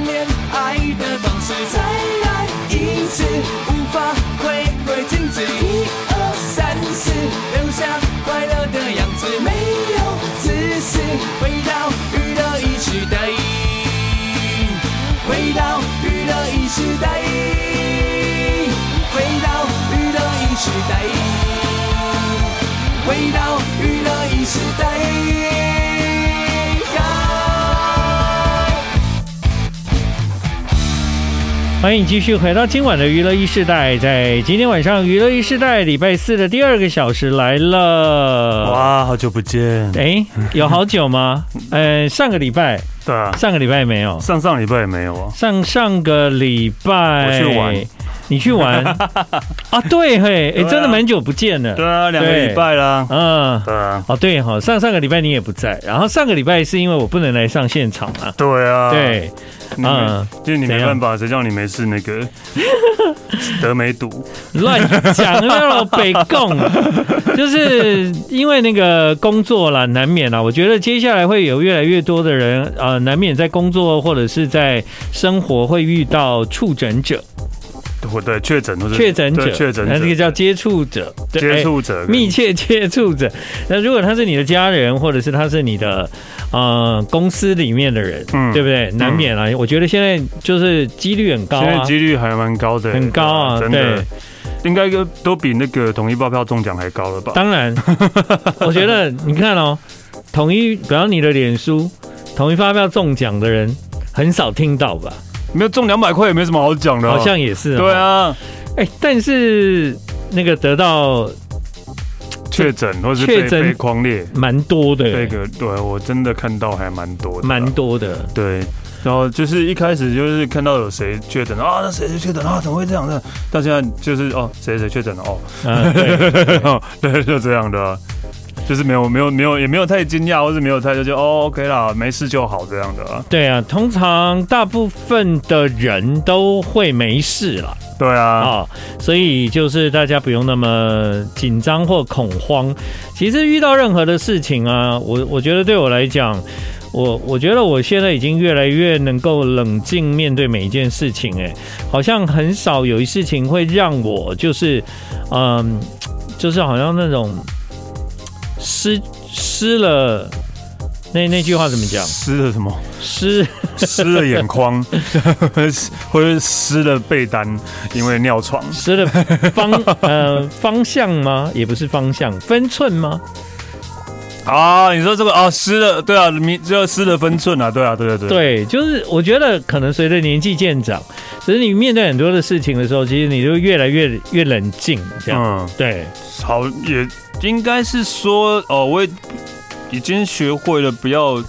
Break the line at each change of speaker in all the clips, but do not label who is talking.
恋爱的方式，再来一次，无法回归静止。一二三四，留下快乐的样子，没有自私，回到娱乐一时代，回到娱乐一时代，回到娱乐一时代。回到娱乐一时代。
欢迎继续回到今晚的娱乐一世代，在今天晚上娱乐一世代礼拜四的第二个小时来了。
哇，好久不见。
哎，有好久吗？呃，上个礼拜，
对啊，
上个礼拜没有，
上上礼拜也没有啊。
上上个礼拜
我去玩，
你去 玩啊？对嘿，哎，
对啊
真的蛮久不见了
对。啊，两个
对
礼拜啦。
嗯，
对啊，
哦对哈，上上个礼拜你也不在，然后上个礼拜是因为我不能来上现场嘛。
对啊，，
对，
你没
嗯
就是你
怎
没
样
办法，谁叫你没事那 个德美赌？
乱讲那种北 共，就是因为那个工作啦，难免啊啦。我觉得接下来会有越来越多的人，呃，难免在工作或者是在生活会遇到触诊者、
我对确诊都是
确诊者、
对确诊
那
者，
这个叫接触者，对
接触者
哎密切接触者。那如果他是你的家人，或者是他是你的呃公司里面的人，
嗯
对不对？难免啦。我觉得现在就是几率很高
现在
啊，
几率还蛮高的，
很高啊，
真
对
的。，应该都都比那个统一爆票中奖还高了吧？
当然， 我觉得你看哦，统一，比方你的脸书，统一发票中奖的人很少听到吧？
没有中两百块也没什么好讲的啊，
好像也是、哦
对，啊，
哎、但是那个得到
确诊或是
确
被
诊
被框列，
蛮多的、
这个对我真的看到还蛮多的啊啦，
蛮多的，
对。然后就是一开始就是看到有谁确诊啊，那谁谁确诊啊，怎么会这样的？到现在就是哦，谁谁确诊了哦，
嗯， 对，
对，就这样的啊，就是没有没有没有也没有太惊讶，或是没有太就就哦 OK 啦，没事就好这样的啊。
对啊，通常大部分的人都会没事啦。
对啊，
啊、所以就是大家不用那么紧张或恐慌。其实遇到任何的事情啊，我我觉得对我来讲，我我觉得我现在已经越来越能够冷静面对每一件事情、哎，好像很少有一事情会让我就是，嗯，就是好像那种失失了。那那句话怎么讲？
湿了什么？
失
湿了眼眶， 或者湿了被单，因为尿床。
失了方呃方向吗？也不是方向，分寸吗？
啊，你说这个啊，湿了，对啊，你就湿了分寸啊，对啊，对对对，
对，就是我觉得可能随着年纪渐长，只是你面对很多的事情的时候，其实你就越来越越冷静，这样。
嗯，
对，
好，也应该是说，哦，我也已经学会了不要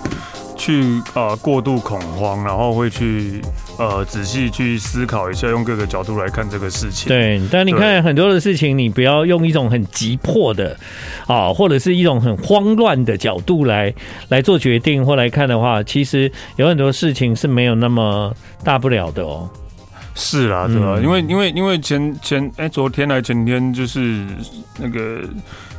去啊、呃过度恐慌，然后会去呃仔细去思考一下，用各个角度来看这个事情。，
对。但你看
对
很多的事情，你不要用一种很急迫的啊，或者是一种很慌乱的角度来来做决定或来看的话，其实有很多事情是没有那么大不了的哦。
是啦，对啊，
嗯
因为因为因为前前哎、昨天来前天就是那个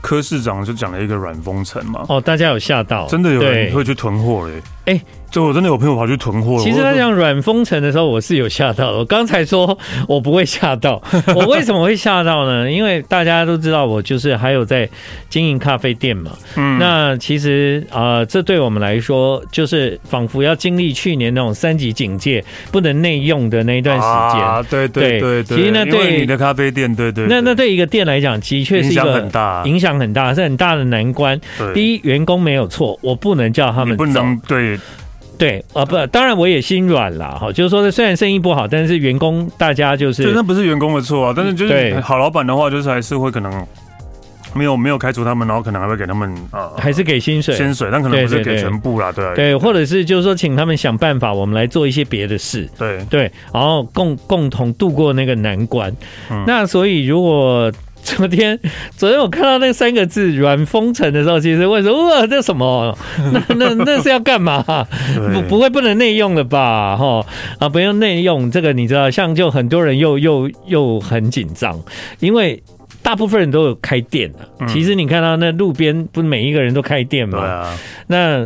柯市长就讲了一个软封城嘛，
哦，大家有吓到？
真的有
对
人会去囤货嘞、
哎
这我真的有朋友跑去囤货了。
其实
我
他
就说
讲软封城的时候，我是有吓到的。我刚才说我不会吓 到，我为什么会吓到呢？因为大家都知道我就是还有在经营咖啡店嘛。
嗯
那其实啊、呃这对我们来说就是仿佛要经历去年那种三级警戒不能内用的那一段时间。
啊，对对
对
对
其实呢
因为
对
你的咖啡店，对对
那那对一个店来讲，的确是
影
一
响
个
很大，啊
影响很大，是很大的难关。
对
第一，员工没有错，我不能叫他
你
们
不
走
能对
对啊，不，当然我也心软啦，哈，就是说虽然生意不好，但是员工大家就是
对，那不是员工的错啊，但是就
对
是好老板的话，就是还是会可能没有没有开除他们，然后可能还会给他们呃
还是给薪水，
薪水，但可能不
对
是
对
给
对
全部啦，对啊
对，或者是就是说请他们想办法，我们来做一些别的事，
对
对，然后共共同度过那个难关。
嗯
那所以如果昨天昨天我看到那三个字“软封城”的时候，其实我说哇，这什么？那那那是要干嘛？ 不
对
不会不能内用了吧？哈啊，不用内用这个你知道，像就很多人又又又很紧张，因为。大部分人都有开店的、啊
嗯啊
其实你看到那路边不每一个人都开店嘛，
对啊，
那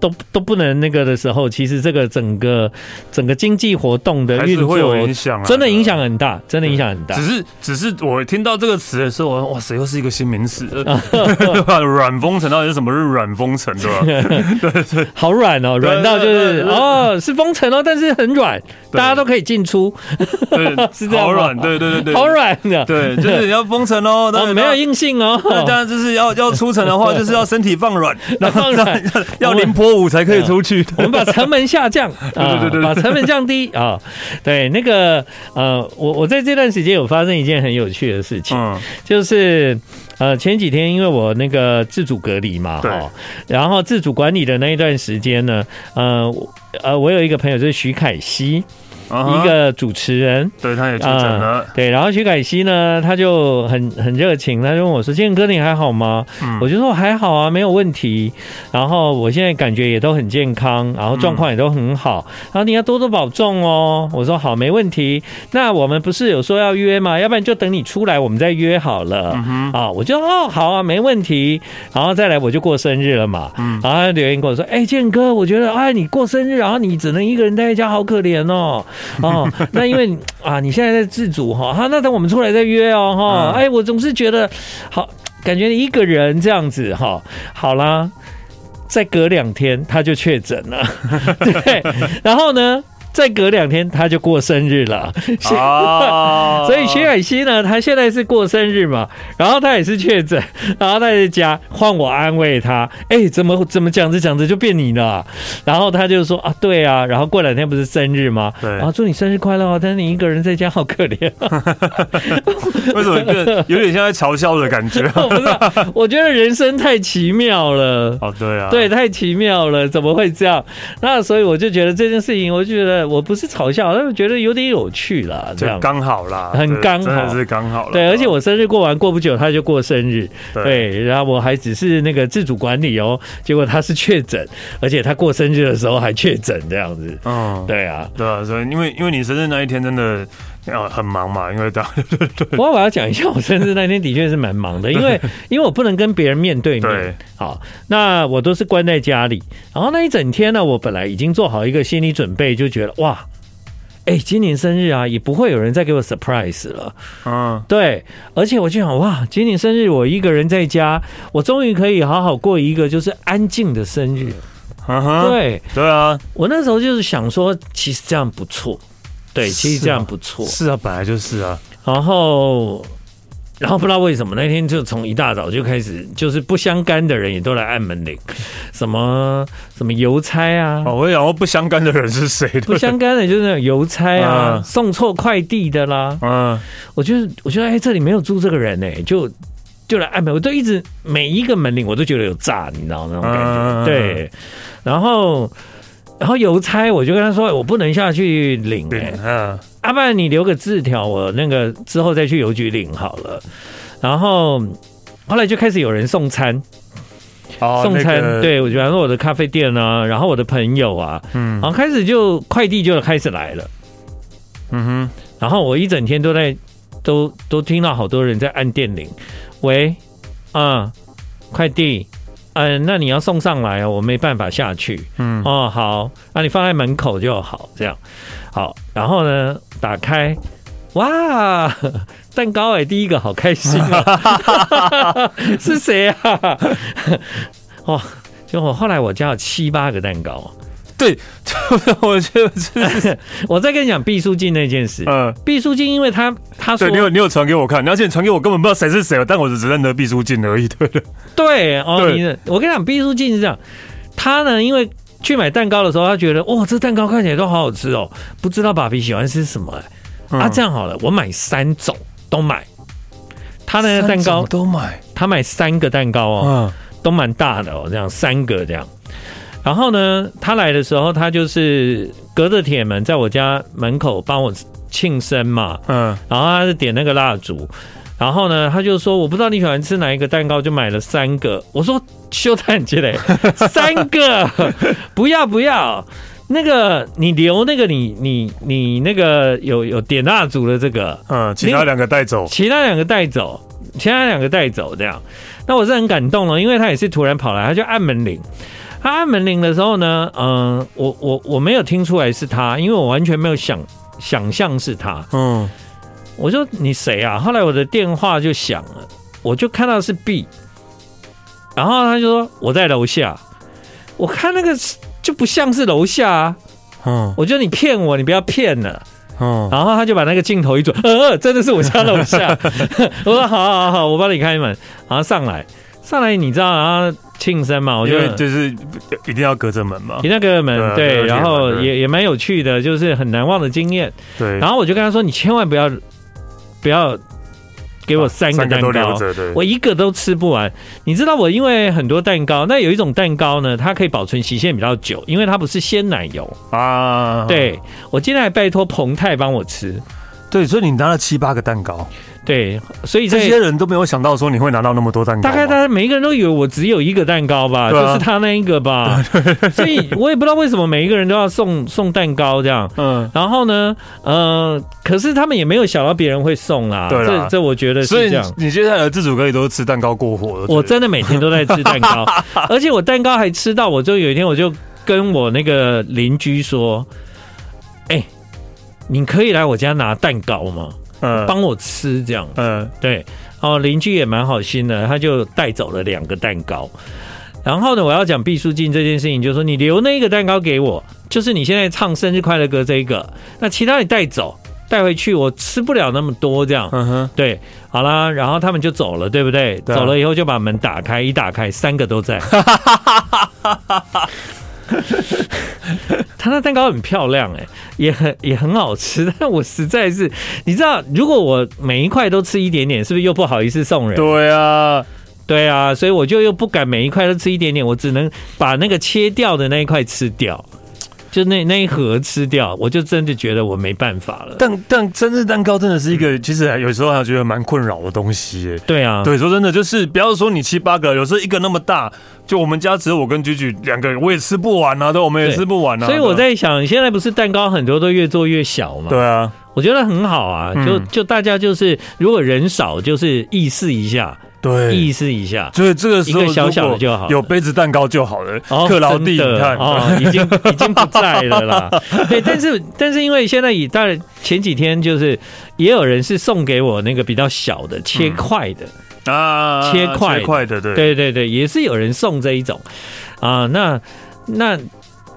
都都不能那个的时候，其实这个整个整个经济活动的
还
运
是会有
作
影响啊，
真的影响很大，真的影响很大
只。是只是我听到这个词的时候，我哇塞，又是一个新 名词，呃对吧？软封城到底是什么？是软封城，对吧？
好软哦，
对啊
软到就
对
是
对对
哦，是封城哦，但是很软，大
对
家都可以进出，
对，
是这样吗
好软，对对对对，
好，软的，
对，就是你要封城哦，
哦，
但
没有硬性哦，
那当然就是要要出城的话，就是要身体放软， 然后
放软
要要凌波舞才可以出去。
我们把成本下降，啊
对对对对
把成本降低啊。对，那个呃，我我在这段时间有发生一件很有趣的事情，
嗯，
就是呃前几天因为我那个自主隔离嘛，
对
齁，然后自主管理的那一段时间呢，呃我呃，我有一个朋友就是徐凯熙，
啊哈
一个主持人。
对，他也出诊了，
对，然后徐凯熙呢，他就很很热情，他就问我说：“建哥，你还好吗？”
嗯
我就说还好啊，没有问题。然后我现在感觉也都很健康，然后状况也都很好。然后你要多多保重哦。我说好，没问题。那我们不是有说要约吗？要不然就等你出来，我们再约好了。
嗯
啊，我就哦好啊，没问题。然后再来我就过生日了嘛。
嗯
然后他留言跟我说：“哎、建哥，我觉得啊，你过生日，然后你只能一个人待在家，好可怜哦。哦，那因为啊，你现在在自主哈，哈、那等我们出来再约哦哈。
嗯
哎、我总是觉得好，感觉一个人这样子哈、好啦。”再隔两天他就确诊了， 对，然后呢，再隔两天他就过生日了，
哼，啊
所以徐海熙呢，他现在是过生日嘛，然后他也是确诊，然后他在家换我安慰他，哎、怎么怎么讲着讲着就变你了啊、然后他就说啊，对啊，然后过两天不是生日吗？
对
然后祝你生日快乐哦，但是你一个人在家好可怜、
为什么变得有点像在嘲笑的感觉？
我不知道，我觉得人生太奇妙了。
哦，对啊，
对，，太奇妙了，怎么会这样？那所以我就觉得这件事情，我就觉得我不是嘲笑，但我觉得有点有趣啦，这
就
样。
刚好啦，
很
对
刚好
真的是刚好了。
对，而且我生日过完过不久，他就过生日，
对
对，然后我还只是那个自主管理哦，结果他是确诊，而且他过生日的时候还确诊这样子。
嗯，
对 啊，
对啊，所以因为因为你生日那一天真的呃很忙嘛，因为大
不过我要讲一下，我生日那天的确是蛮忙的，因 为因为我不能跟别人面对面
对，
好，那我都是关在家里。然后那一整天呢，我本来已经做好一个心理准备，就觉得哇，哎，今年生日啊，也不会有人再给我 surprise 了。
嗯
对，而且我就想，哇，今年生日我一个人在家，我终于可以好好过一个就是安静的生日。
嗯哼，
对
对啊，
我那时候就是想说，其实这样不错，对，
是
其实这样不错。
是啊，本来就是啊，
然后，然后不知道为什么那天就从一大早就开始，就是不相干的人也都来按门铃，什么什么邮差啊。
哦，我也想说不相干的人是谁？对
不
对
相干的就是那种邮差 啊，
嗯
送错快递的啦，
嗯，
我就是我觉得哎、这里没有住这个人哎、就就来按门，我都一直每一个门铃我都觉得有炸，你知道那种感觉，
嗯嗯嗯嗯
对。然后然后邮差我就跟他说，哎我不能下去领哎、
对，嗯
阿、不然你留个字条，我那个之后再去邮局领好了。然后后来就开始有人送餐，
哦
送餐，，
那个
对我比方说我的咖啡店啊，然后我的朋友啊，
嗯
然后开始就快递就开始来了。
嗯
然后我一整天都在都都听到好多人在按电铃，喂，啊、快递，嗯、那你要送上来哦，我没办法下去。
哼，嗯
哦，好，那你放在门口就好，这样好。然后呢，打开，哇， 蛋糕哎，第一个好开心啊！ 是谁啊？ 哦，就我后来我家有七八个蛋糕。
对，我觉得是，
我再跟你讲毕书尽那件事，
嗯，
毕书尽因为他他说
对你有你有传给我看，而且你传给我根本不知道谁是谁，但我只认得毕书尽而已，对对，
对哦，
对
你的我跟你讲，毕书尽是这样，他呢，因为去买蛋糕的时候，他觉得哇，这蛋糕看起来都好好吃哦，不知道爸比喜欢吃什么、哎啊，这
样
样好了，我买三种都买。他那个蛋糕，
都买，
他买三个蛋糕哦，
嗯
都蛮大的哦，这样三个这样。然后呢，他来的时候，他就是隔着铁门在我家门口帮我庆生嘛，
嗯
然后他是点那个蜡烛，然后呢，他就说我不知道你喜欢吃哪一个蛋糕，就买了三个。我说修蛋鸡嘞，三个，不要不要，那个你留那个你你你那个有有点蜡烛的这个，
嗯，其他两个带走，
其他两个带走，其他两个带走这样。那我是很感动了，因为他也是突然跑来，他就按门铃，他按门铃的时候呢，嗯、我我我没有听出来是他，因为我完全没有想想象是他。
嗯
我说你谁啊？后来我的电话就响了，我就看到是 B，然后他就说我在楼下，我看那个就不像是楼下啊，
嗯
我觉得你骗我，你不要骗了。
嗯，
然后他就把那个镜头一转，呃，真的是我家楼下。 我说好好好，我帮你开门。然后上来，上来你知道，然后庆生嘛，我
因
觉
为
得
就是一定要隔着门嘛
你。那个门对，啊
对了解
然后
了解
也也蛮有趣的，就是很难忘的经验。
对，
然后我就跟他说，你千万不要不要给我三个
啊三
蛋
都
糕
留。着，对，
我一个都吃不完，你知道我因为很多蛋糕，那有一种蛋糕呢，它可以保存期限比较久，因为它不是鲜奶油。
啊，
对我今天还拜托彭泰帮我吃，
对，所以你拿了七八个蛋糕，
对，所以在
这些人都没有想到说你会拿到那么多蛋糕
大
嘛。
概大家每一个人都以为我只有一个蛋糕吧，
对啊
就是他那一个 吧，所以我也不知道为什么每一个人都要送送蛋糕这样。
嗯，
然后呢，呃，可是他们也没有想到别人会送啦，
对啦
这这我觉得
所
是
以
这样。
你接下来的自主可以都吃蛋糕过火了。
我
对
真的每天都在吃蛋糕，而且我蛋糕还吃到，我就有一天我就跟我那个邻居说：“哎、你可以来我家拿蛋糕吗？
嗯
帮我吃这样。”
嗯
对，哦，邻居也蛮好心的，他就带走了两个蛋糕。然后呢，我要讲毕书尽这件事情，就是说你留那个蛋糕给我，就是你现在唱生日快乐歌这一个，那其他你带走，带回去我吃不了那么多这样。
嗯哼，
对，好啦，然后他们就走了，对不对？
对啊
走了以后就把门打开，一打开三个都 在。他那蛋糕很漂亮、哎，也很也很好吃， 但我实在是，你知道，如果我每一块都吃一点点，是不是又不好意思送人？
对啊，
对啊，所以我就又不敢每一块都吃一点点，我只能把那个切掉的那一块吃掉，就那那一盒吃掉，我就真的觉得我没办法了。
但但生日蛋糕真的是一
嗯
个，其实还有时候还觉得蛮困扰的东西耶。
对啊，
对，说真的，就是不要说你七八个，有时候一个那么大，就我们家只有我跟菊菊两个人，我也吃不完啊，对，我们也
对
吃不完啊。
所以我在想，现在不是蛋糕很多都越做越小嘛？
对啊，
我觉得很好啊，
嗯
就就大家就是如果人少，就是意思一下，
对，
意思一下。
所以这个时候
一个小小的就好了
如果有杯子蛋糕就好了
哦，
克劳地
真
你
的
看，
哦，已经已经不在了啦。 对，但是但是因为现在以当然前几天就是也有人是送给我那个比较小的切块的，
啊，
切块
切块的，对，
对对对，也是有人送这一种啊。那那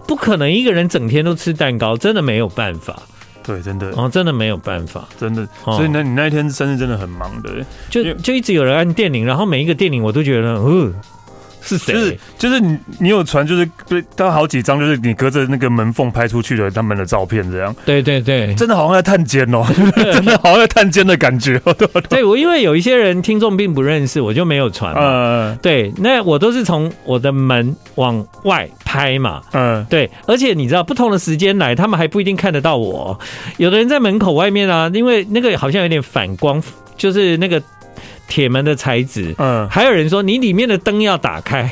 不可能一个人整天都吃蛋糕，真的没有办法
对，真的，
哦，真的没有办法。
真的，
哦
所以呢，你那一天生日真的很忙的，因
就
为
就一直有人按电铃，然后每一个电铃我都觉得，嗯、是谁？
就是就是你你有传就是对，他好几张就是你隔着那个门缝拍出去的他们的照片，这样
对对对，
真的好像在探监哦，真的好像在探监的感觉哦，对吧？
对我因为有一些人听众并不认识，我就没有传嘛。
嗯
对，那我都是从我的门往外拍嘛。
嗯，
对，而且你知道，不同的时间来，他们还不一定看得到我。有的人在门口外面啊，因为那个好像有点反光，就是那个铁门的材质。
嗯
还有人说，你里面的灯要打开，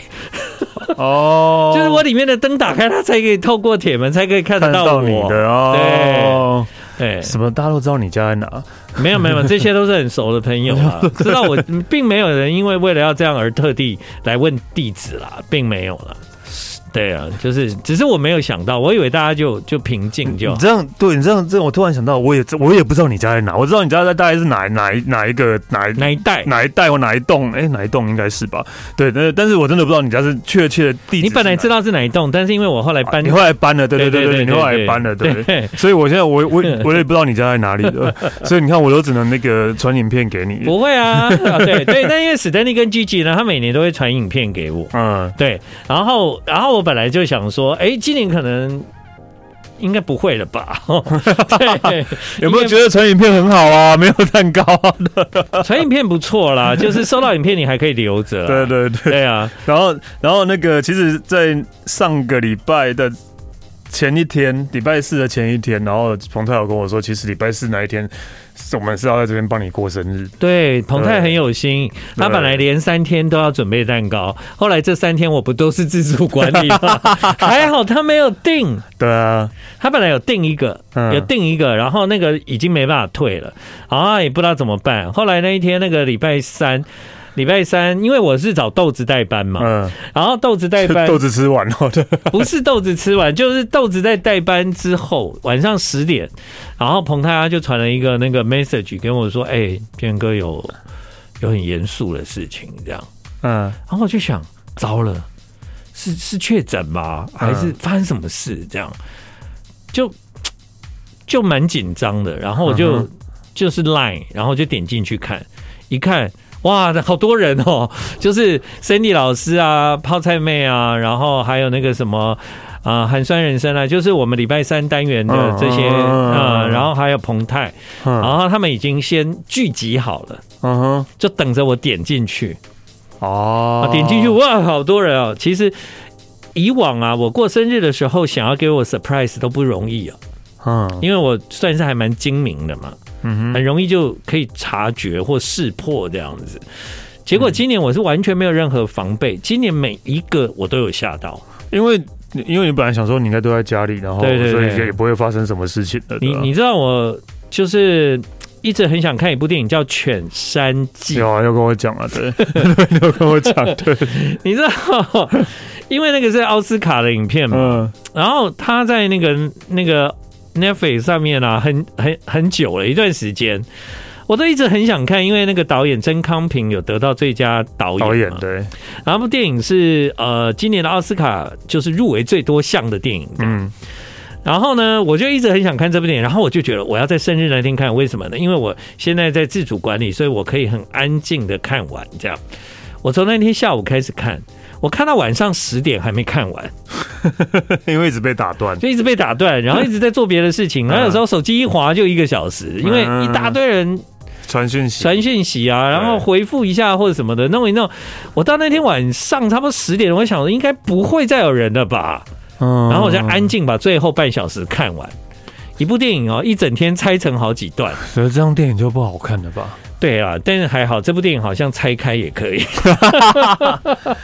哦，
就是我里面的灯打开，它才可以透过铁门，才可以看
看
得到
得到
我。
你的哦，
对，
什么大家都知道你家在哪，
没有没有，这些都是很熟的朋友啊，知道我并没有人因为为了要这样而特地来问地址啦，并没有啦。对啊，就是只是我没有想到，我以为大家就就平静就
你嗯这样对你这样这样，我突然想到，我也我也不知道你家在哪，我知道你家在大概是哪哪一哪一个哪一
哪一带，
哪一带或哪一栋，哎、哪一栋应该是吧？对，但是但是我真的不知道你家是确切的地址。
你本来知
道
道是哪一栋，但是因为我后来搬
你，后来搬了，对对对对，你后来搬了，对。所以我现在我我我也不知道你家在哪里 了，所以你看我都只能那个传影片给你。
不会啊，啊对对，但因为史丹利跟 Gigi 呢，他每年都会传影片给我，
嗯，
对，然后然后我本来就想说，哎，今年可能应该不会了吧？ 对，
有没有觉得传影片很好啊？没有蛋糕啊？
传影片不错 啦，就是收到影片你还可以留着啦。
对对 对。
对啊，
然后然后那个，其实，在上个礼拜的前一天，礼拜四的前一天，然后彭泰有跟我说，其实礼拜四那一天，我们是要在这边帮你过生日。
对，彭泰很有心，他本来连三天都要准备蛋糕，后来这三天我不都是自主管理 吗？还好他没有定，
对啊，
他本来有定一个，
嗯
有定一个，然后那哎个已经没办法退了，啊，也不知道怎么办。后来那一天那个礼拜三。礼拜三，因为我是找豆子代班嘛，
嗯，
然后豆子代班
豆子吃完了，对，
不是豆子吃完，就是豆子在代班之后，晚上十点，然后彭太他就传了一个那个 message 跟我说：“哎、建哥有有很严肃的事情这样。
嗯，”
然后我就想，糟了，是是确诊吗？
嗯
还是发生什么事这样？就就蛮紧张的。然后我就、
嗯哼
就是 Line，然后就点进去看，一看。哇，好多人哦！ 就是 Cindy 老师啊，泡菜妹啊，然后还有那个什么啊、寒酸人生啊，就是我们礼拜三单元的这些
嗯嗯嗯
啊、
嗯
然后还有彭泰，
嗯
然后他们已经先聚集好了，
嗯哼，
就等着我点进去。
哦
啊，，点进去哇，好多人哦！其实以往啊，我过生日的时候想要给我 surprise 都不容易啊，
嗯
因为我算是还蛮精明的嘛，
嗯哼，
很容易就可以察觉或识破这样子。结果今年我是完全没有任何防备，今年每一个我都有吓到。
因为因为你本来想说你应该都在家里，然后
对对
所
对
以也不会发生什么事情的，
你
对吧啊
你知道我就是一直很想看一部电影叫《犬山记》，
有啊，又跟我讲了，对， 对，又跟我讲，对，
你知道， 因为那个是奥斯卡的影片嘛，
嗯
然后他在那个那个 Netflix 上面啊，很很很久了一段时间，我都一直很想看，因为那个导演曾康平有得到最佳导演嘛，
导演对，
然后那部电影是呃今年的奥斯卡就是入围最多项的电影，
嗯
然后呢，我就一直很想看这部电影，然后我就觉得我要在生日那天看，为什么呢？因为我现在在自主管理，所以我可以很安静的看完。这样，我从那天下午开始看，我看到晚上十点还没看完，
因为一直被打断，
就一直被打断，然后一直在做别的事情，然后有时候手机一滑就一个小时，因为一大堆人
传讯息，
传讯息啊，然后回复一下或者什么的，弄一弄。我到那天晚上差不多十点，我想应该不会再有人了吧，
嗯
然后我就安静把最后半小时看完。一部电影哦，一整天拆成好几段。
所以这样电影就不好看了吧？
对啊，但是还好，这部电影好像拆开也可以。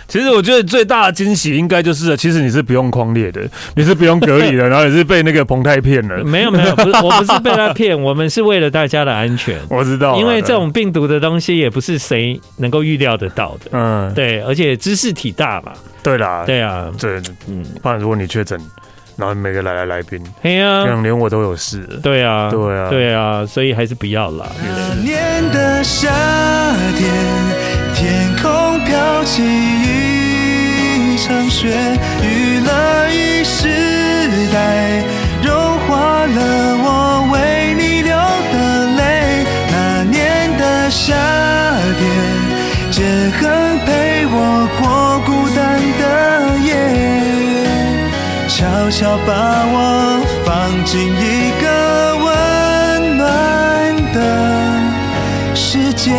其实我觉得最大的惊喜应该就是，其实你是不用框列的，你是不用隔离 的，然后你是被那个彭泰骗了。
没有没有，不是，我不是被他骗，我们是为了大家的安全，
我知道啊，
因为这种病毒的东西也不是谁能够预料得到的
对，。嗯，
对，而且知识体大嘛，
对啦，
对啊，
对，
嗯，
不然如果你确诊，然后每个来来来宾，
嘿
这
呀，
样连我都有事了。
对啊，
对啊
对啊，所以还是不要啦。
那
嗯
年的夏天，天空飘起一场雪，雨了一时代，融化了我为你流的泪。那年的夏天，桔梗陪我过孤单的夜。悄悄把我放进一个温暖的世界。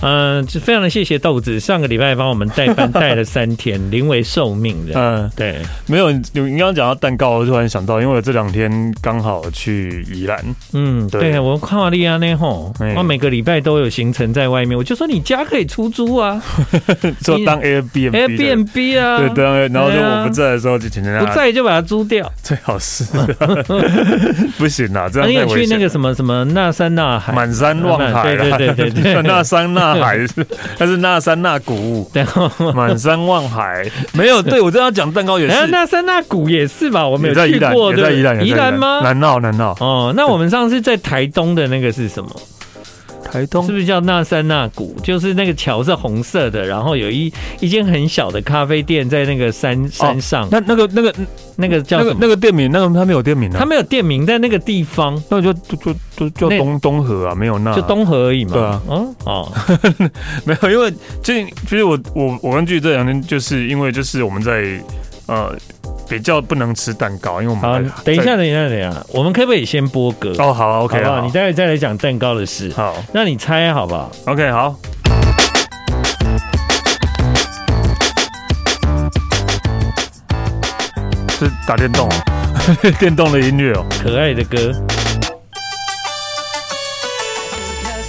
嗯，就非常的谢谢豆子，上个礼拜帮我们代 班带了三天，临危受命的。
嗯，
对，
没有，你你刚刚讲到蛋糕，我突然想到，因为我这两天刚好去宜兰，
嗯，
对
对，我看完利亚那吼，
哎
我每个礼拜都有行程在外面，我就说你家可以出租 啊
做当 Airbnb 的。
，Airbnb 啊，
对，当然，然后就
对啊
我不在的时候，就请人
不
家
在就把它租掉。
最好 是，不行啦，这
啊
样
你
太
有
危
去那
险
个。什么什么那山那海，
满山望海啦，
对对对对对
那山那海是，那是那山那谷，
然后
满山望海。 没有，对我正要讲蛋糕也
然后那哎山那谷也是吧，我们
也
有
在宜
去
兰，
过，
也
对
在
不对
宜兰，也在
宜兰吗？
南澳，南澳，
哦，那我们上次在台东的那个是什么？
台东
是不是叫那山那谷？就是那个桥是红色的，然后有一一间很小的咖啡店在那个山山上，
那那个那个
那个叫
哦那
什
个
么？
那个店名，那个他没有店名
它
啊，
没有店名，在那个地方
那就就就就叫
那
东东河啊，没有那
就东河而已嘛。
对啊
哦哦，
没有，因为最近其实我我我跟剧这两天就是因为就是我们在呃比较不能吃蛋糕，因为我
好
们，
等一下，等一下，等一下，我们可不可以先播歌？
哦，好啊
好
，OK
不好？
好
你待会再来讲蛋糕的事。
好
那你猜好不好？
，OK 好，这打电动哦， 电动的音乐哦，
可爱的歌，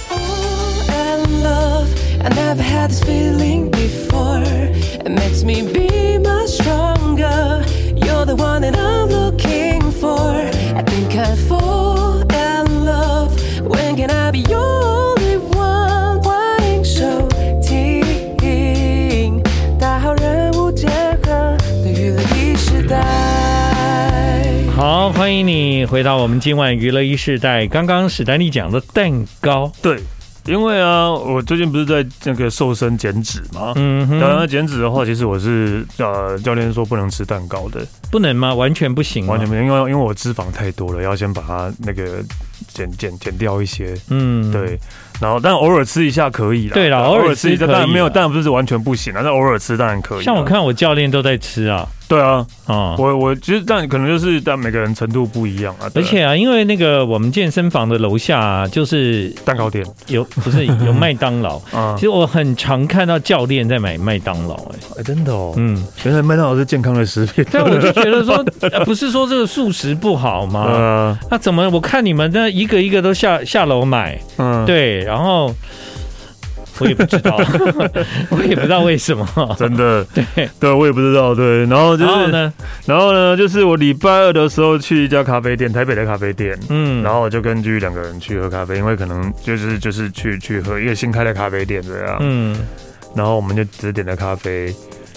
Fool and love. I never had this feeling before. It makes me be much stronger. You're the one that I'm looking for. I think I fall in love. When can I be your only 代。
好，欢迎你回到我们今晚娱乐一世代。刚刚史丹利讲的蛋糕，
对，因为啊，我最近不是在那个瘦身减脂嘛，
嗯
当然
哼，
要减脂的话，其实我是呃教练说不能吃蛋糕的，
不能吗？完全不行吗，
完全没有，因为因为我脂肪太多了，要先把它那个减减减掉一些。
嗯，
对，然后但偶尔吃一下可以啦。
对啦偶尔吃
一下，
可以
但没有，
啦
但不是完全不行啊。但偶尔吃当然可以啦。
像我看我教练都在吃啊，
对啊，
啊、
我我其实但可能就是但每个人程度不一样啊。对
而且啊，因为那个我们健身房的楼下、啊、就是
蛋糕店
有不是有麦当劳，
啊
其，实我很常看到教练在买麦当劳、哎，
哎真的哦，
嗯，啊
原来麦当劳是健康的食品。
但我就觉 得说，呃不是说这个素食不好吗？
呃
那怎么我看你们那一个一个都下下楼买，
嗯，，
对，然后我也不知 道，我也不知道为什么。
真的，
对，
对我也不知道，对，然后就
然后
是，
呢，
然后呢，就是我礼拜二的时候去一家咖啡店，台北的咖啡店。
嗯，
然后就跟居两个人去喝咖啡，因为可能就是就是去去喝一个新开的咖啡店这样，
嗯，
然后我们就只点了咖啡，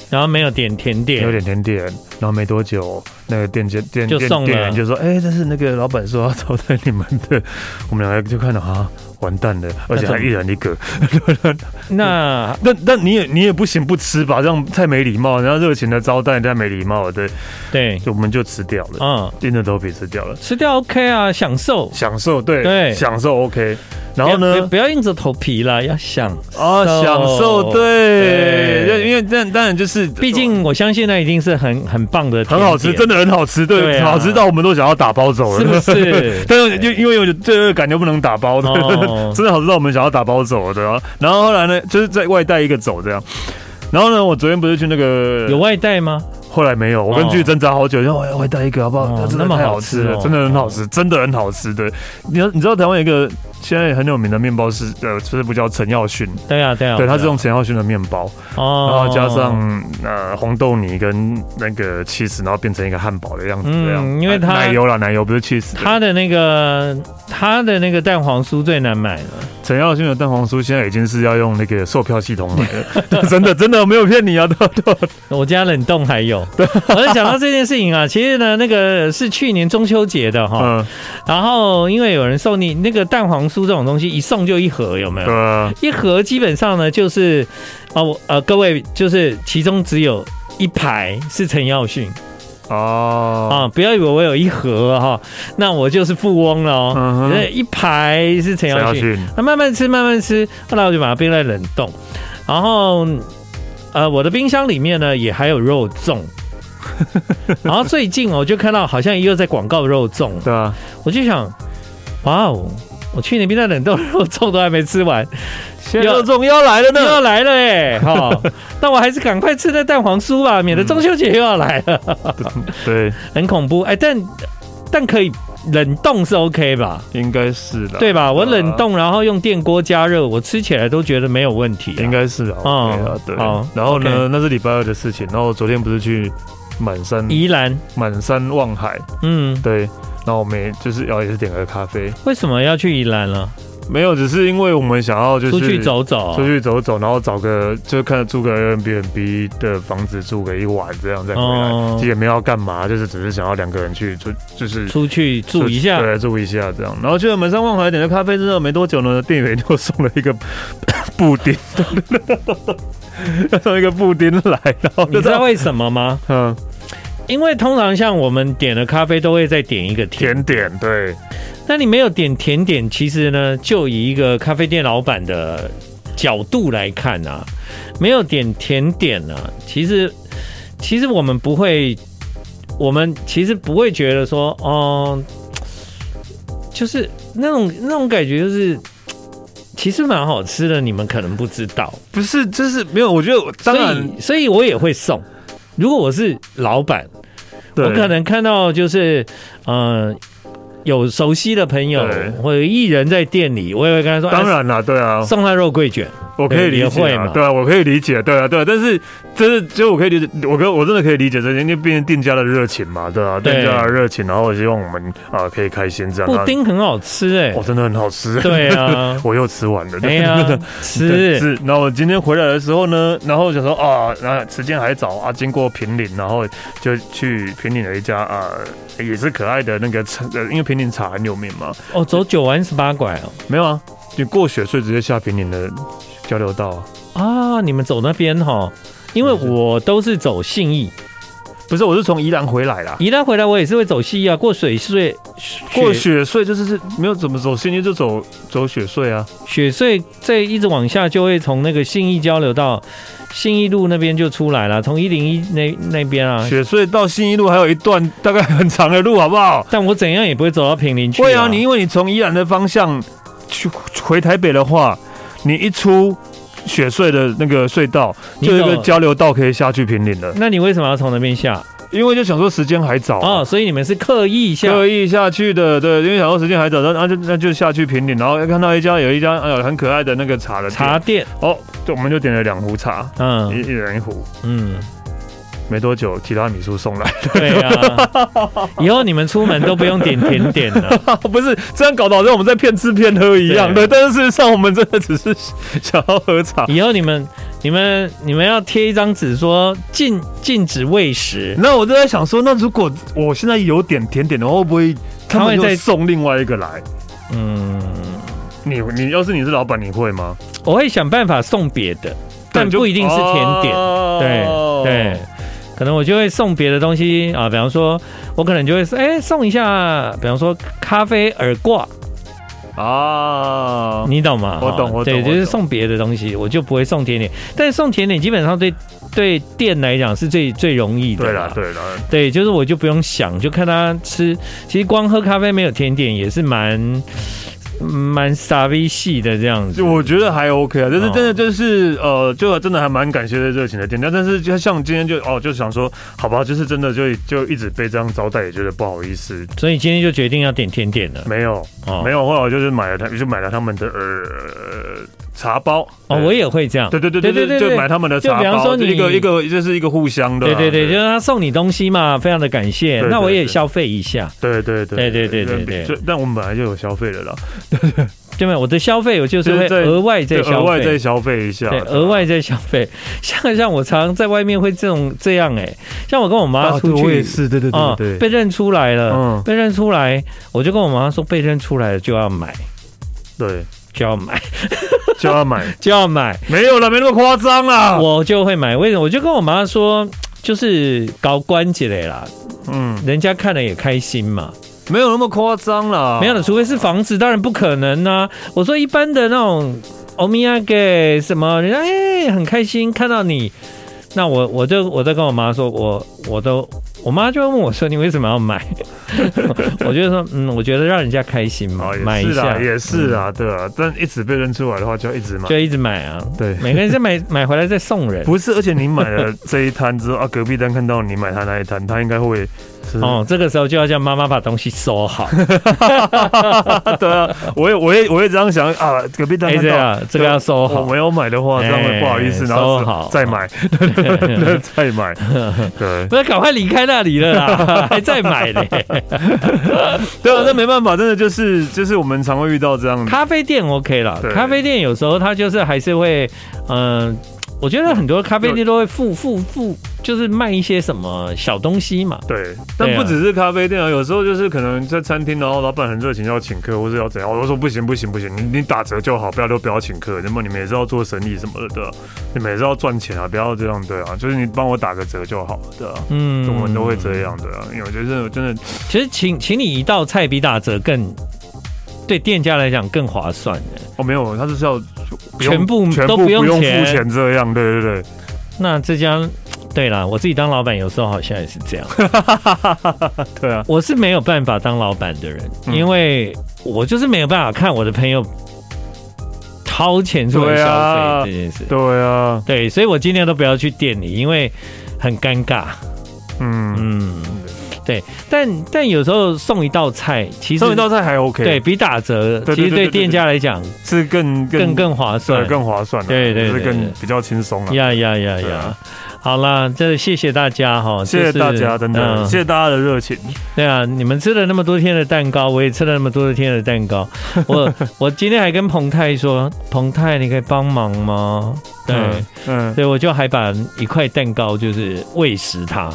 然后没有点甜
有
点，
点甜点，然后没多久，那个店家店
就
店
送了
店员就说：“哎、这是那个老板说要招待你们的。”我们两个就看到啊，完蛋了，而
那
且
怎么
还一人一个。
那
但但你也你也不行不吃吧，这样太没礼貌，然后热情的招待太没礼貌了，对，
对，
就我们就吃掉了，
嗯，
硬着头皮吃掉了，
吃掉 OK 啊，享受。
享受对
对哎
享受 OK。然后
不要
呢
不？要硬着头皮啦，要想。
啊，享受
对
对，就因为但当然就是，
毕竟我相信那一定是很很棒的，
很好吃，真
的。
的很好吃，对，
对啊
好吃到我们都想要打包走了，
是不是
但是就因为有罪恶感，就不能打包的，
哦
真的好吃到我们想要打包走的、啊。然后后来呢，就是在外带一个走这样。然后呢，我昨天不是去那个
有，啊外带吗？
后来没有，我跟剧挣扎好久，说我哎要外带一个好不好？
哦
真
那
的
么
太
好
好吃
吃
了，
哦
真的很好吃，真的很好吃。对，你要你知道台湾有一个现在很有名的面包师，呃，师傅叫陈耀迅，
对啊，对啊，
对，他是用陈耀迅的面包，
哦
然后加上呃红豆泥跟那个 cheese，然后变成一个汉堡的样子
嗯
这样。啊
因为它
奶油啦，奶油不是 cheese。
他的那个他的那个蛋黄酥最难买了，
陈耀迅的蛋黄酥现在已经是要用那个售票系统买 了，真的真的没有骗你啊！对对
我家冷冻还 有。我在讲到这件事情啊，其实呢，那个是去年中秋节的哈，
嗯，
然后因为有人送你那个蛋黄酥这种东西，一送就一盒，有没有
对？啊，
一盒基本上呢就是，哦，我呃，各位就是其中只有一排是陈耀迅
哦，
啊，不要以为我有一盒啊哈、那我就是富翁了
嗯
哦
哼。
那、一排是陈
陈
耀
耀
迅，
迅，
那慢慢吃，慢慢吃，后来我就把它冰在冷冻，然后呃，我的冰箱里面呢也还有肉 粽。然后最近哦我就看到好像又在广告肉粽，
对啊，
我就想，哇哦，我去年冰在冷冻肉粽都还没吃完，
现
在
重要来了
又要来了 哎、哈、那我还是赶快吃那蛋黄酥吧，免得中秋节又要来了，
对，
很恐怖哎、但但可以冷冻是 OK 吧？
应该是的，
对吧？我冷冻，然后用电锅加热，我吃起来都觉得没有问题啊、
应该是啊，对啊
嗯，
对
好。
然后
OK
呢，那是礼拜二的事情，然后昨天不是去满山
宜兰，
满山望海，
嗯，
对，然后我们也就是哦要也是点个咖啡，
为什么要去宜兰了？
没有，只是因为我们想要就是
出去走走啊、
出去走走，然后找个就看住个 Airbnb 的房子住个一晚，这样再回来，
哦
其实也没有要干嘛，就是只是想要两个人去，就就是
出去住一下，
对，住一下这样。然后去了门山望海点了咖啡之后没多久呢，店员就送了一个 布丁， 送一个布丁来，然后
你
就
知
这
道
样
为什么吗？
嗯
因为通常像我们点了咖啡，都会再点一个甜。
甜点，对
那你没有点甜点，其实呢，就以一个咖啡店老板的角度来看啊，没有点甜点啊，其实其实我们不会，我们其实不会觉得说，哦、就是那种那种感觉，就是其实蛮好吃的，你们可能不知道。
不是，就是没有，我觉得我当
所
然
以，所以我也会送。如果我是老板，我可能看到就是，呃，有熟悉的朋友
对
或者艺人在店里，我也会跟他说，
当
哎、
然啦，对啊，
送他肉桂卷，
我可以理
也
解
会
啊
嘛，
对啊，我可以理解，对啊，对啊，但是真的就我可以理解，我跟我真的可以理解这些，因为毕竟店家的热情嘛，对啊，
对
店家的热情，然后希望我们啊可以开心这样。
布丁很好吃哎、
那哦，真的很好吃，
对啊
我又吃完了，
哎 呀，
对
吃
是，那我今天回来的时候呢，然后就说啊，那时间还早啊，经过平岭，然后就去平岭的一家啊、也是可爱的那个茶，呃因为平岭茶很有名嘛，
哦，走九弯十八拐
没有啊，你过雪隧直接下平岭的交流道啊，
哦啊，你们走那边哈，因为我都是走信义，
不是，我是从宜兰回来啦。
一旦回来我也是会走信义啊，过水隧，
过雪隧就是是没有怎么走，先就走走雪隧啊。
雪隧再一直往下，就会从那个信义交流到信义路那边就出来了，从一零一那那边啊。
雪隧到信义路还有一段大概很长的路，好不好？
但我怎样也不会走到平林去、
会啊，你因为你从宜兰的方向去回台北的话，你一出雪隧的那个隧道，
你
就有一个
走
交流道可以下去平岭了。
那你为什么要从那边下？
因为就想说时间还早啊
哦，所以你们是刻意下。
刻意下去的，对，因为想说时间还早，然后那就那就下去平顶，然后看到一家有一家哎呦很可爱的那个茶的店
茶店，
哦，就我们就点了两壶茶，一
嗯
一人一壶，
嗯，
没多久提拉米苏送来，
对啊， 以后你们出门都不用点甜点了，
哦不是这样搞得好像我们在骗吃骗喝一样
对嗯
的，但是事实上我们真的只是想要喝茶。
以后你们、你们、你们要贴一张纸说禁禁止喂食，
那我就在想说，那如果我现在有点甜点的话，会不会他
他会
们
再
再送另外一个来？
嗯，
你你要是你是老板，你会吗？
我会想办法送别的，但
对就
不一定是甜点，
哦
对对。可能我就会送别的东西啊，比方说，我可能就会说，哎、送一下，比方说咖啡耳挂，
啊，
你懂吗？
我懂
哈
我懂
对，
我
就是
懂
送别的东西，我就不会送甜点。但是送甜点基本上对对店来讲是最最容易的
对
啦
啦对啦，
对，就是我就不用想，就看他吃。其实光喝咖啡没有甜点也是蛮蛮傻逼系的这样子
就。我觉得还 OK 啊，但是
哦
真的就是、呃，就真的还蛮感谢这热情的店家，但是就像今天就哦，就想说，好吧，就是真的就就一直被这样招待，也觉得不好意思。
所以今天就决定要点甜点了。
没有，
哦
没有，后来我就是买了他，就买了他们的呃茶包。
哦，我也会这样。
对对对对对就买他们的
就
茶包，
比方说
就
你
一个一个这是一个互相的啊、
对对对，就是他送你东西嘛，非常的感谢。
对
那我
对
也
对
消费一下，
对对对
对对对对
就但我们本来就有消费的啦，
对吗？我的消费我就是
就是
会
在
额外再
就额
消
外再
费。
消费一下，
对，额外
啊
再消费，像像我常在外面会这种这样哎、像我跟我妈
啊，
出
对
去，
我也是，对对
啊，
对
被
对，
认出来了，
嗯
被认出来，我就跟我妈说，被认出来了就要买，
对，
就要买，
就要买，
就要买，
没有了，没那么夸张啦，
我就会买。为什么？我就跟我妈说，就是搞关节类啦，
嗯。
人家看了也开心嘛。
没有那么夸张啦，
没有了，除非是房子，当然不可能呐、我说一般的那种欧米亚给什么，人家哎、很开心看到你。那我我就我在跟我妈说，我我都我妈就问我说你为什么要买？我就说嗯，我觉得让人家开心嘛
啊，，
买
也
一
是
下嗯
啦，也是啦，对啊，但一直被认出来的话，就要一直买。
就一直买啊。
对
每个人再买买回来再送人。
不是，而且你买了这一摊之后啊，隔壁摊看到你买他那一摊，他应该会是
哦，这个时候就要叫妈妈把东西收好。
对 啊，我也我也我也这样想啊，隔壁摊
哎，
看
这
到
样这个要收
我
好。
没有买的话，这样
哎
会不好意思，然
收好
后再 买，对对对对再买，对
不要赶快离开那里了啦，还在买嘞。
对啊，那没办法，真的就是就是我们常会遇到这样的，
咖啡店 OK 啦，
嗯对
咖啡店有时候它就是还是会，嗯、我觉得很多咖啡店都会附附附，就是卖一些什么小东西嘛。
对，但
对啊
不只是咖啡店啊，有时候就是可能在餐厅，然后老板很热情要请客，或者要怎样，我都说不行不行不行，你你打折就好，不要都不要请客，那么你们也是要做生意什么的，对啊，你们也是要赚钱啊，不要这样，对啊，就是你帮我打个折就好，对啊。
嗯
我们都会这。样，对啊，因为我觉得真的
其实请请你一道菜比打折更。对店家来讲更划算的，
哦，没有，他就是要不用
全部
全
都
部
不
不
用
用付
钱
钱这样，对对对，
那这家，对啦，我自己当老板有时候好像也是这样。
对啊，
我是没有办法当老板的人，
嗯
因为我就是没有办法看我的朋友掏钱出来
对
消
啊
费这件事。
对啊，
对，所以我尽量都不要去店里，因为很尴尬。
嗯，
嗯，对，但但有时候送一道菜，其实
送一道菜还 OK，
对比打折，
对对
其实
对
对
对对
店家来讲
是更
更更划算
对，更划算啊，
对对对
就是
对
更比较轻松了。
呀呀呀
对
呀
啊！
好啦，这谢谢大家哈，
谢谢
就是
大家，真的
嗯
谢谢大家的热情。
对啊，你们吃了那么多天的蛋糕，我也吃了那么多天的蛋 糕。我我今天还跟彭泰说，彭泰你可以帮忙吗？对，
嗯嗯，
对，我就还把一块蛋糕就是喂食他，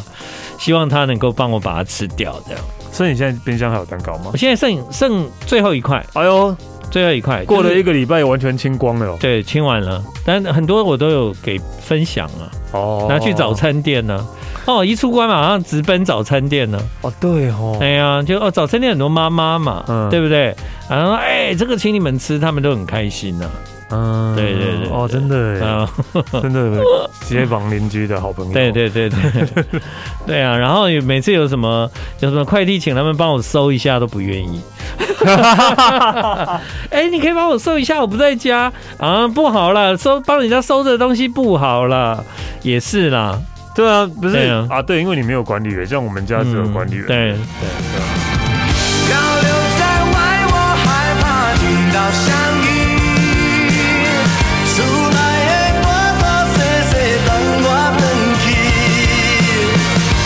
希望他能够帮我把它吃掉。这样，
所以你现在冰箱还有蛋糕吗
我？现在剩剩最后一块，
哎呦，
最后一块
过了
就是
一个礼拜完全清光了
对清完了，但很多我都有给分享啊，
哦，
拿去早餐店呢、哦，一出关马上直奔早餐店呢、
哦，对哦，
哎呀，就哦，早餐店很多妈妈嘛，
嗯
对不对？然后哎，这个请你们吃，他们都很开心啊呐、
嗯，
对对对对
哦，真的耶，
啊。
真的 街坊邻居的好朋友，
对对对 对，对啊。然后有每次有什么有什么快递，请他们帮我收一下，都不愿意。 哎、你可以帮我收一下，我不在家啊，不好啦，收帮人家收的东西不好啦，也是啦，
对啊，不是
对啊嗯
啊，对，因为你没有管理员，像我们家只有管理员，
对。
漂流在外，我害怕听到声音。厝内的歌歌细细，等我返去。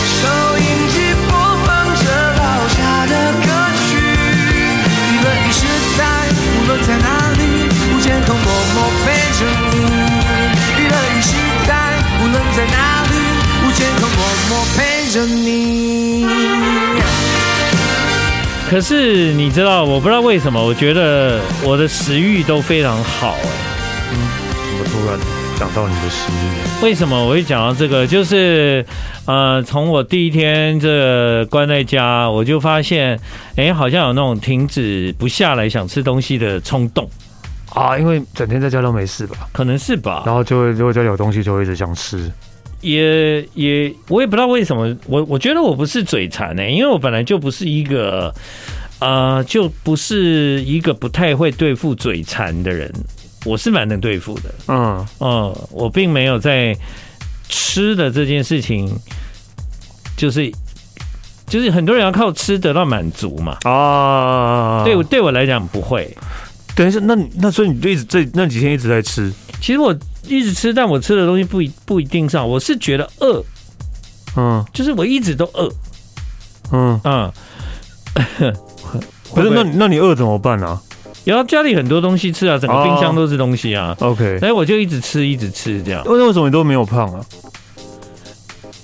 收音机播放着老家的歌曲。无论你是在，无论在哪里，无间通默默陪着你。无论你是在，无论在哪里，无间通默默陪着你。
可是你知道，我不知道为什么，我觉得我的食欲都非常好、哎。
怎么突然讲到你的失忆？
为什么我会讲到这个？就是，呃，从我第一天这关在家，我就发现，哎、好像有那种停止不下来想吃东西的冲动，
啊，因为整天在家都没事吧，
可能是吧。
然后就会就会家里有东西就会一直想吃，
也也，我也不知道为什么，我我觉得我不是嘴馋哎呢、因为我本来就不是一个，呃，就不是一个不太会对付嘴馋的人，我是蛮能对付的。
嗯，
嗯，我并没有在吃的这件事情，就是就是很多人要靠吃得到满足嘛。
啊，
对我对我来讲不会，
等一下，那你那所以你就一直这那几天一直在吃，
其实我一直吃，但我吃的东西不一不一定上，我是觉得饿，
嗯
就是我一直都饿，
嗯，
嗯。
不是，那你那你饿怎么办啊
然后家里很多东西吃啊，整个冰箱
哦
都是东西啊，
？OK，
所以我就一直吃，一直吃这样。
为为什么你都没有胖啊？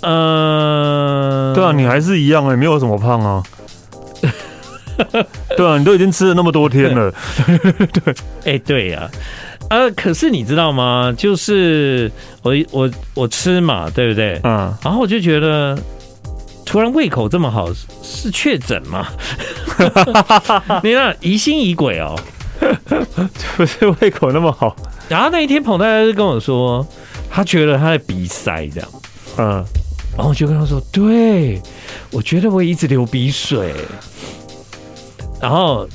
嗯，
对啊，你还是一样哎、没有什么胖 啊。对啊，你都已经吃了那么多天了，
哎、对呀、呃，可是你知道吗？就是我我我吃嘛，对不对？
嗯，
然后我就觉得，突然胃口这么好，是是确诊 吗？你看疑心疑鬼哦。
不是胃口那么好，
然后那一天，彭太太就跟我说，他觉得他的鼻塞这样。
嗯，
然后我就跟他说，对，我觉得我一直流鼻水。然后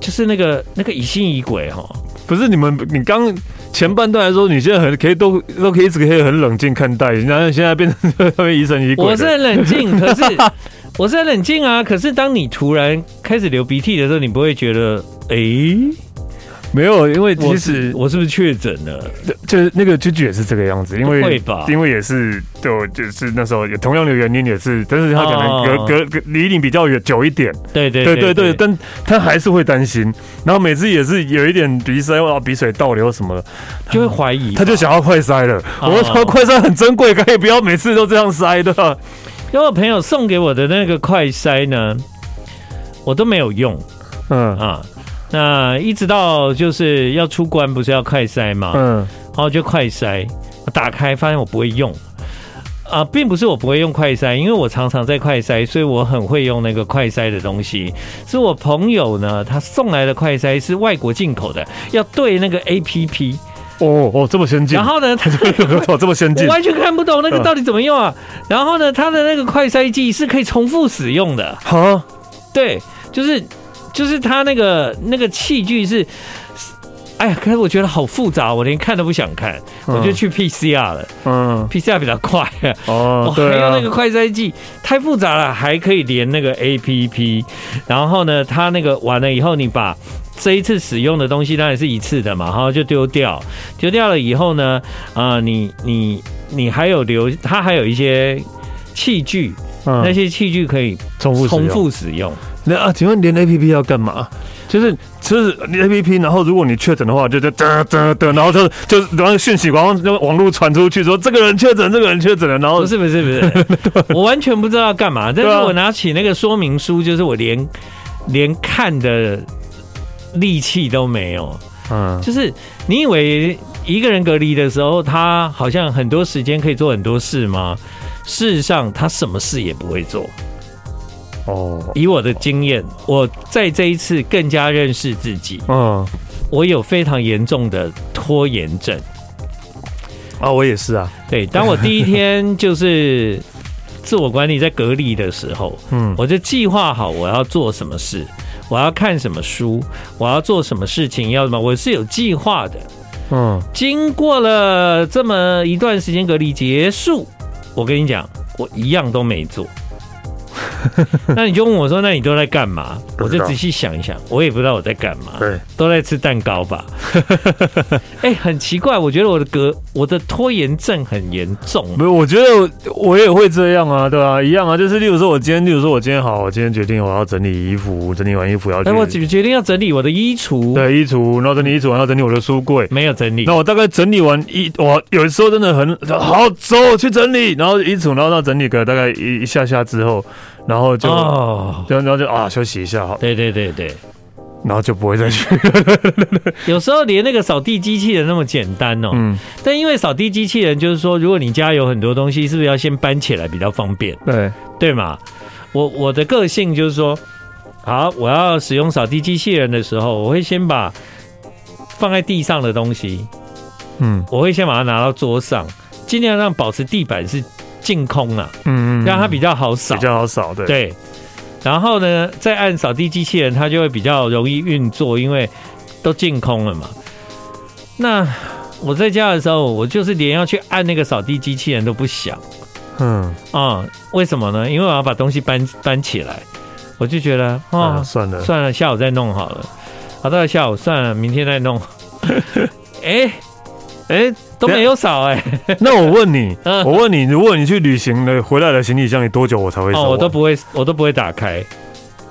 就是那个那个疑心疑鬼哈、哦，
不是你们，你刚前半段来说，你现在很可以都都可以一直可以很冷静看待，然后现在变成 特别疑神疑鬼的。
我是很冷静， 可是我是很冷静啊。可是当你突然开始流鼻涕的时候，你不会觉得，诶，
没有，因为
我
其
是
实
我是不是确诊了？
就是那个居居也是这个样子，因为
会吧
因为也是就就是那时候也同样的原因也是，但是他可能
哦
隔隔隔离你比较远久一点，
对对
对对对，但他还是会担心，然后每次也是有一点鼻塞，哇，鼻水倒流什么的，
就会怀疑。
他就，想要快塞了。
哦
我说快塞很珍贵，可以不要每次都这样塞的。
因为我朋友送给我的那个快筛呢，我都没有用
嗯
啊。那一直到就是要出关，不是要快筛嘛？
嗯
然后就快筛，我打开发现我不会用。啊，并不是我不会用快筛，因为我常常在快筛，所以我很会用那个快筛的东西。是我朋友呢，他送来的快筛是外国进口的，要对那个 A P P，
哦哦，这么先进
然，后呢，他
哦 这么先
我
进，
完全看不懂那个
嗯
到底怎么用啊。然后呢，他的那个快筛剂是可以重复使用的，
好，
对，就是就是他那个那个器具是。哎呀，可是我觉得好复杂，我连看都不想看，我就去 PCR 了
嗯，
，PCR 比较快、
哦
我，还
对
有
啊
那，个快筛剂太复杂了，还可以连那个 APP，然后呢，它那个完了以后，你把这一次使用的东西当然是一次的嘛，然后就丢掉，丢掉了以后呢，啊、你你你还有留，它还有一些器具，那
嗯，
些器具可以
重复使用
重复使用。
那啊，请问连 A P P 要干嘛？就是就是 A P P，然后如果你确诊的话，就就哒哒哒，然后就就然后讯息往就网络传出去说这个人确诊，这个人确诊了，然后
哦不是不是不 是，我完全不知道干嘛。但是
对啊
我拿起那个说明书，就是我连连看的力气都没有。
嗯
就是你以为一个人隔离的时候，他好像很多时间可以做很多事吗？事实上，他什么事也不会做。
哦
以我的经验，我在这一次更加认识自己。
嗯
我有非常严重的拖延症。
啊，我也是啊，
对，当我第一天就是自我管理在隔离的时候，
嗯
我就计划好我要做什么事，我要看什么书，我要做什么事情，要什么，我是有计划的。
嗯
经过了这么一段时间隔离结束，我跟你讲，我一样都没 做。那你就问我说，那你都在干嘛？
不
我就
知道
仔细想一想，我也不知道我在干嘛，
对，
都在吃蛋糕 吧。哎、很奇怪，我觉得我的隔我的拖延症很严重。
没有，我觉得我也会这样啊，对啊，一样啊，就是例如说我今天，例如说我今天好，我今天决定我要整理衣服，整理完衣服要去
哎，我决决定要整理我的衣橱，，
对衣橱，然后整理衣橱，然后整理我的书柜。
没有整理
那。我大概整理完一，我有时候真的很好走去整理，然后衣橱，然后到整理个大概一一下下之后，然后就，
哦，
然后然后就啊休息一下好，
对对对对，
然后就不会再去。
有时候连那个扫地机器人那么简单哦。
嗯，
但因为扫地机器人，就是说，如果你家有很多东西，是不是要先搬起来比较方便，
对，
对吗？我我的个性就是说，好，我要使用扫地机器人的时候，我会先把放在地上的东西，
嗯
我会先把它拿到桌上，尽量让保持地板是净空啊，
嗯嗯，
让它比较好扫
比。较好扫，对，
对，然后呢，再按扫地机器人，它就会比较容易运作，因为都净空了嘛。那我在家的时候，我就是连要去按那个扫地机器人都不想
嗯，
啊、为什么呢？因为我要把东西搬搬起来，我就觉得啊
啊，算了，
算了，下午再弄好了。好到了下午算了，明天再 弄。哎哎、都没有扫哎、
那我问你，
嗯
我问你，如果你去旅行了，回来的行李箱你多久我才会收完？啊
哦，我都不会，我都不会打开。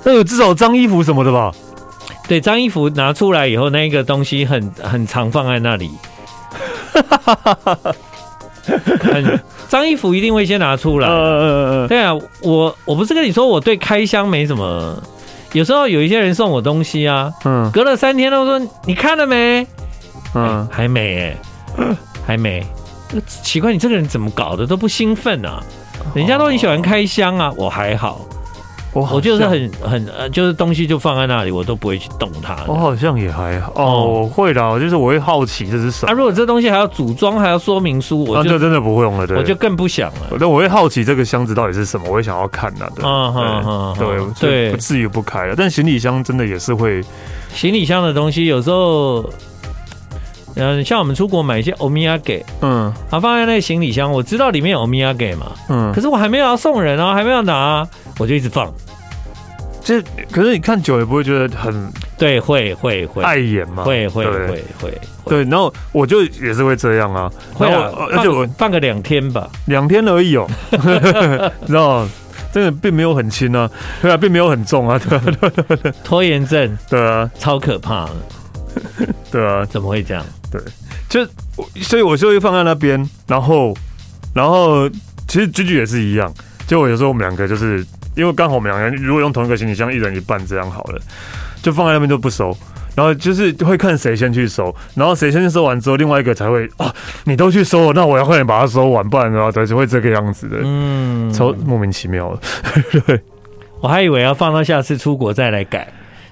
那有至少脏衣服什么的吧？
对，脏衣服拿出来以后，那一个东西很很常放在那里。很脏衣服一定会先拿出来。
呃，
对啊，我我不是跟你说我对开箱没什么，有时候有一些人送我东西啊，
嗯
隔了三天都说你看了没？
嗯，
还没哎、还没。奇怪，你这个人怎么搞的都不兴奋啊？
哦
人家都很喜欢开箱啊，我还好，
我
我就是
像，
很很呃，就是东西就放在那里，我都不会去动它的。
我好像也还好，哦，
哦
我会的，我就是我会好奇这是什
啊，
么，
如果这东西还要组装，还要说明书，我
那
就、
就真的不会用了，啊对。
我就更不想了。
但我会好奇这个箱子到底是什么，我会想要看呐、对
嗯哼哼
对
哼
对，所以
对
不至于不开啊了。但行李箱真的也是会，
行李箱的东西有时候，嗯，像我们出国买一些欧米亚给，
嗯
啊，放在那个行李箱，我知道里面有欧米亚给嘛，
嗯
可，是我还没有要送人啊，还没有拿啊，我就一直放。
这可是你看久了不会觉得很
对，会会会
碍眼吗？
会会
对
会会会
对，然后我就也是会这样啊，
会
然
啊
后，而且我
放放个两天吧。
两天而已哦， 你知道吗真的并没有很轻啊，对啊，并没有很重啊，对啊，
拖延症
对啊，
超可怕的，
对啊，
怎么会这样？
就我所以我就会放在那边，然后然后其实居居也是一样，就我有时候我们两个就是因为刚好我们两个人如果用同一个行李箱，一人一半这样好了，就放在那边就不收。然后就是会看谁先去收，然后谁先去收完之后，另外一个才会啊，你都去收了，那我要快点把它收完，不然的话才会这个样子的，
嗯，
超莫名其妙的。
我还以为要放到下次出国再来改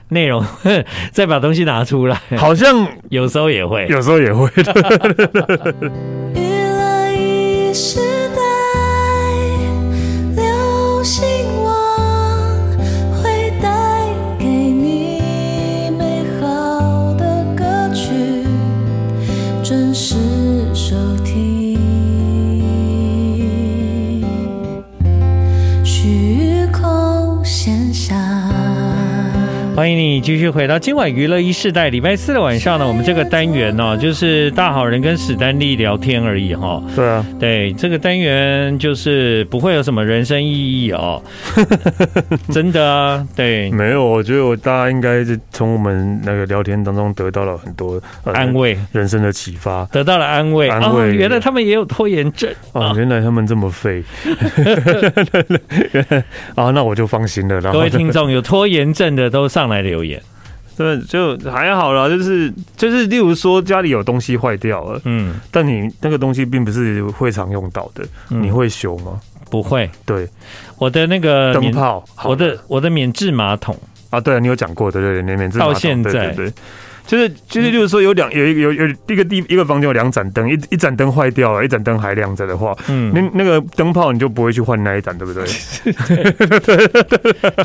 内容， 再把东西拿出来。
好像
有时候也会。
有时候也会的，
娱乐一时代，流行网会带给你美好的歌曲，分享。
欢迎你继续回到今晚娱乐一世代，礼拜四的晚上呢，我们这个单元呢、就是大好人跟史丹利聊天而已哈、
对啊，
对，这个单元就是不会有什么人生意义 哦，真的啊，对，
没有，我觉得我大家应该是从我们那个聊天当中得到了很多、呃
安慰
人生的启发
得到了安慰，
安
哦，
慰
原来他们也有拖延症
啊！原来他们这么废， 原来啊，那我就放心了。然
各
后
位听众有拖延症的都上来留言，
对，就还好啦，就是就是，例如说家里有东西坏掉了，
嗯，
但你那个东西并不是会常用到的，
嗯
你会修吗？
不会，
对，
我的那个
灯
免
泡，好
呃我的我的免治马桶，
啊，对啊，你有讲过，对对对，你免治马桶
到现在
对对对。就是就是，例如说有两有一有有一个地一个房间有两盏灯，一一盏灯坏掉了，一盏灯还亮着的话，
嗯哎
那那个灯泡你就不会去换那一盏，对不对？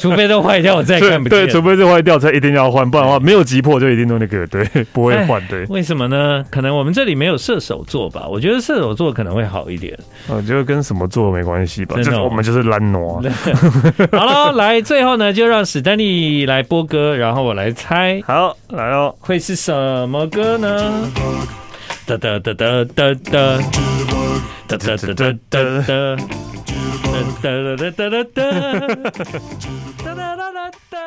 除非都坏掉我再也看不见
对，，除非是坏掉才一定要换，不然的话没有急迫就一定都那个，对，不会
哎
换， 对。
为什么呢？可能我们这里没有射手座吧，我觉得射手座可能会好一点。
我觉得呃跟什么做没关系吧，
真
就
的哦
是我们就是懒啊挪，
好了，来最后呢，就让史丹利来播歌，然后我来猜
好，来哦，
会是什么歌呢？哒哒哒哒哒哒哒哒哒哒哒哒哒哒哒哒哒哒哒哒哒哒哒。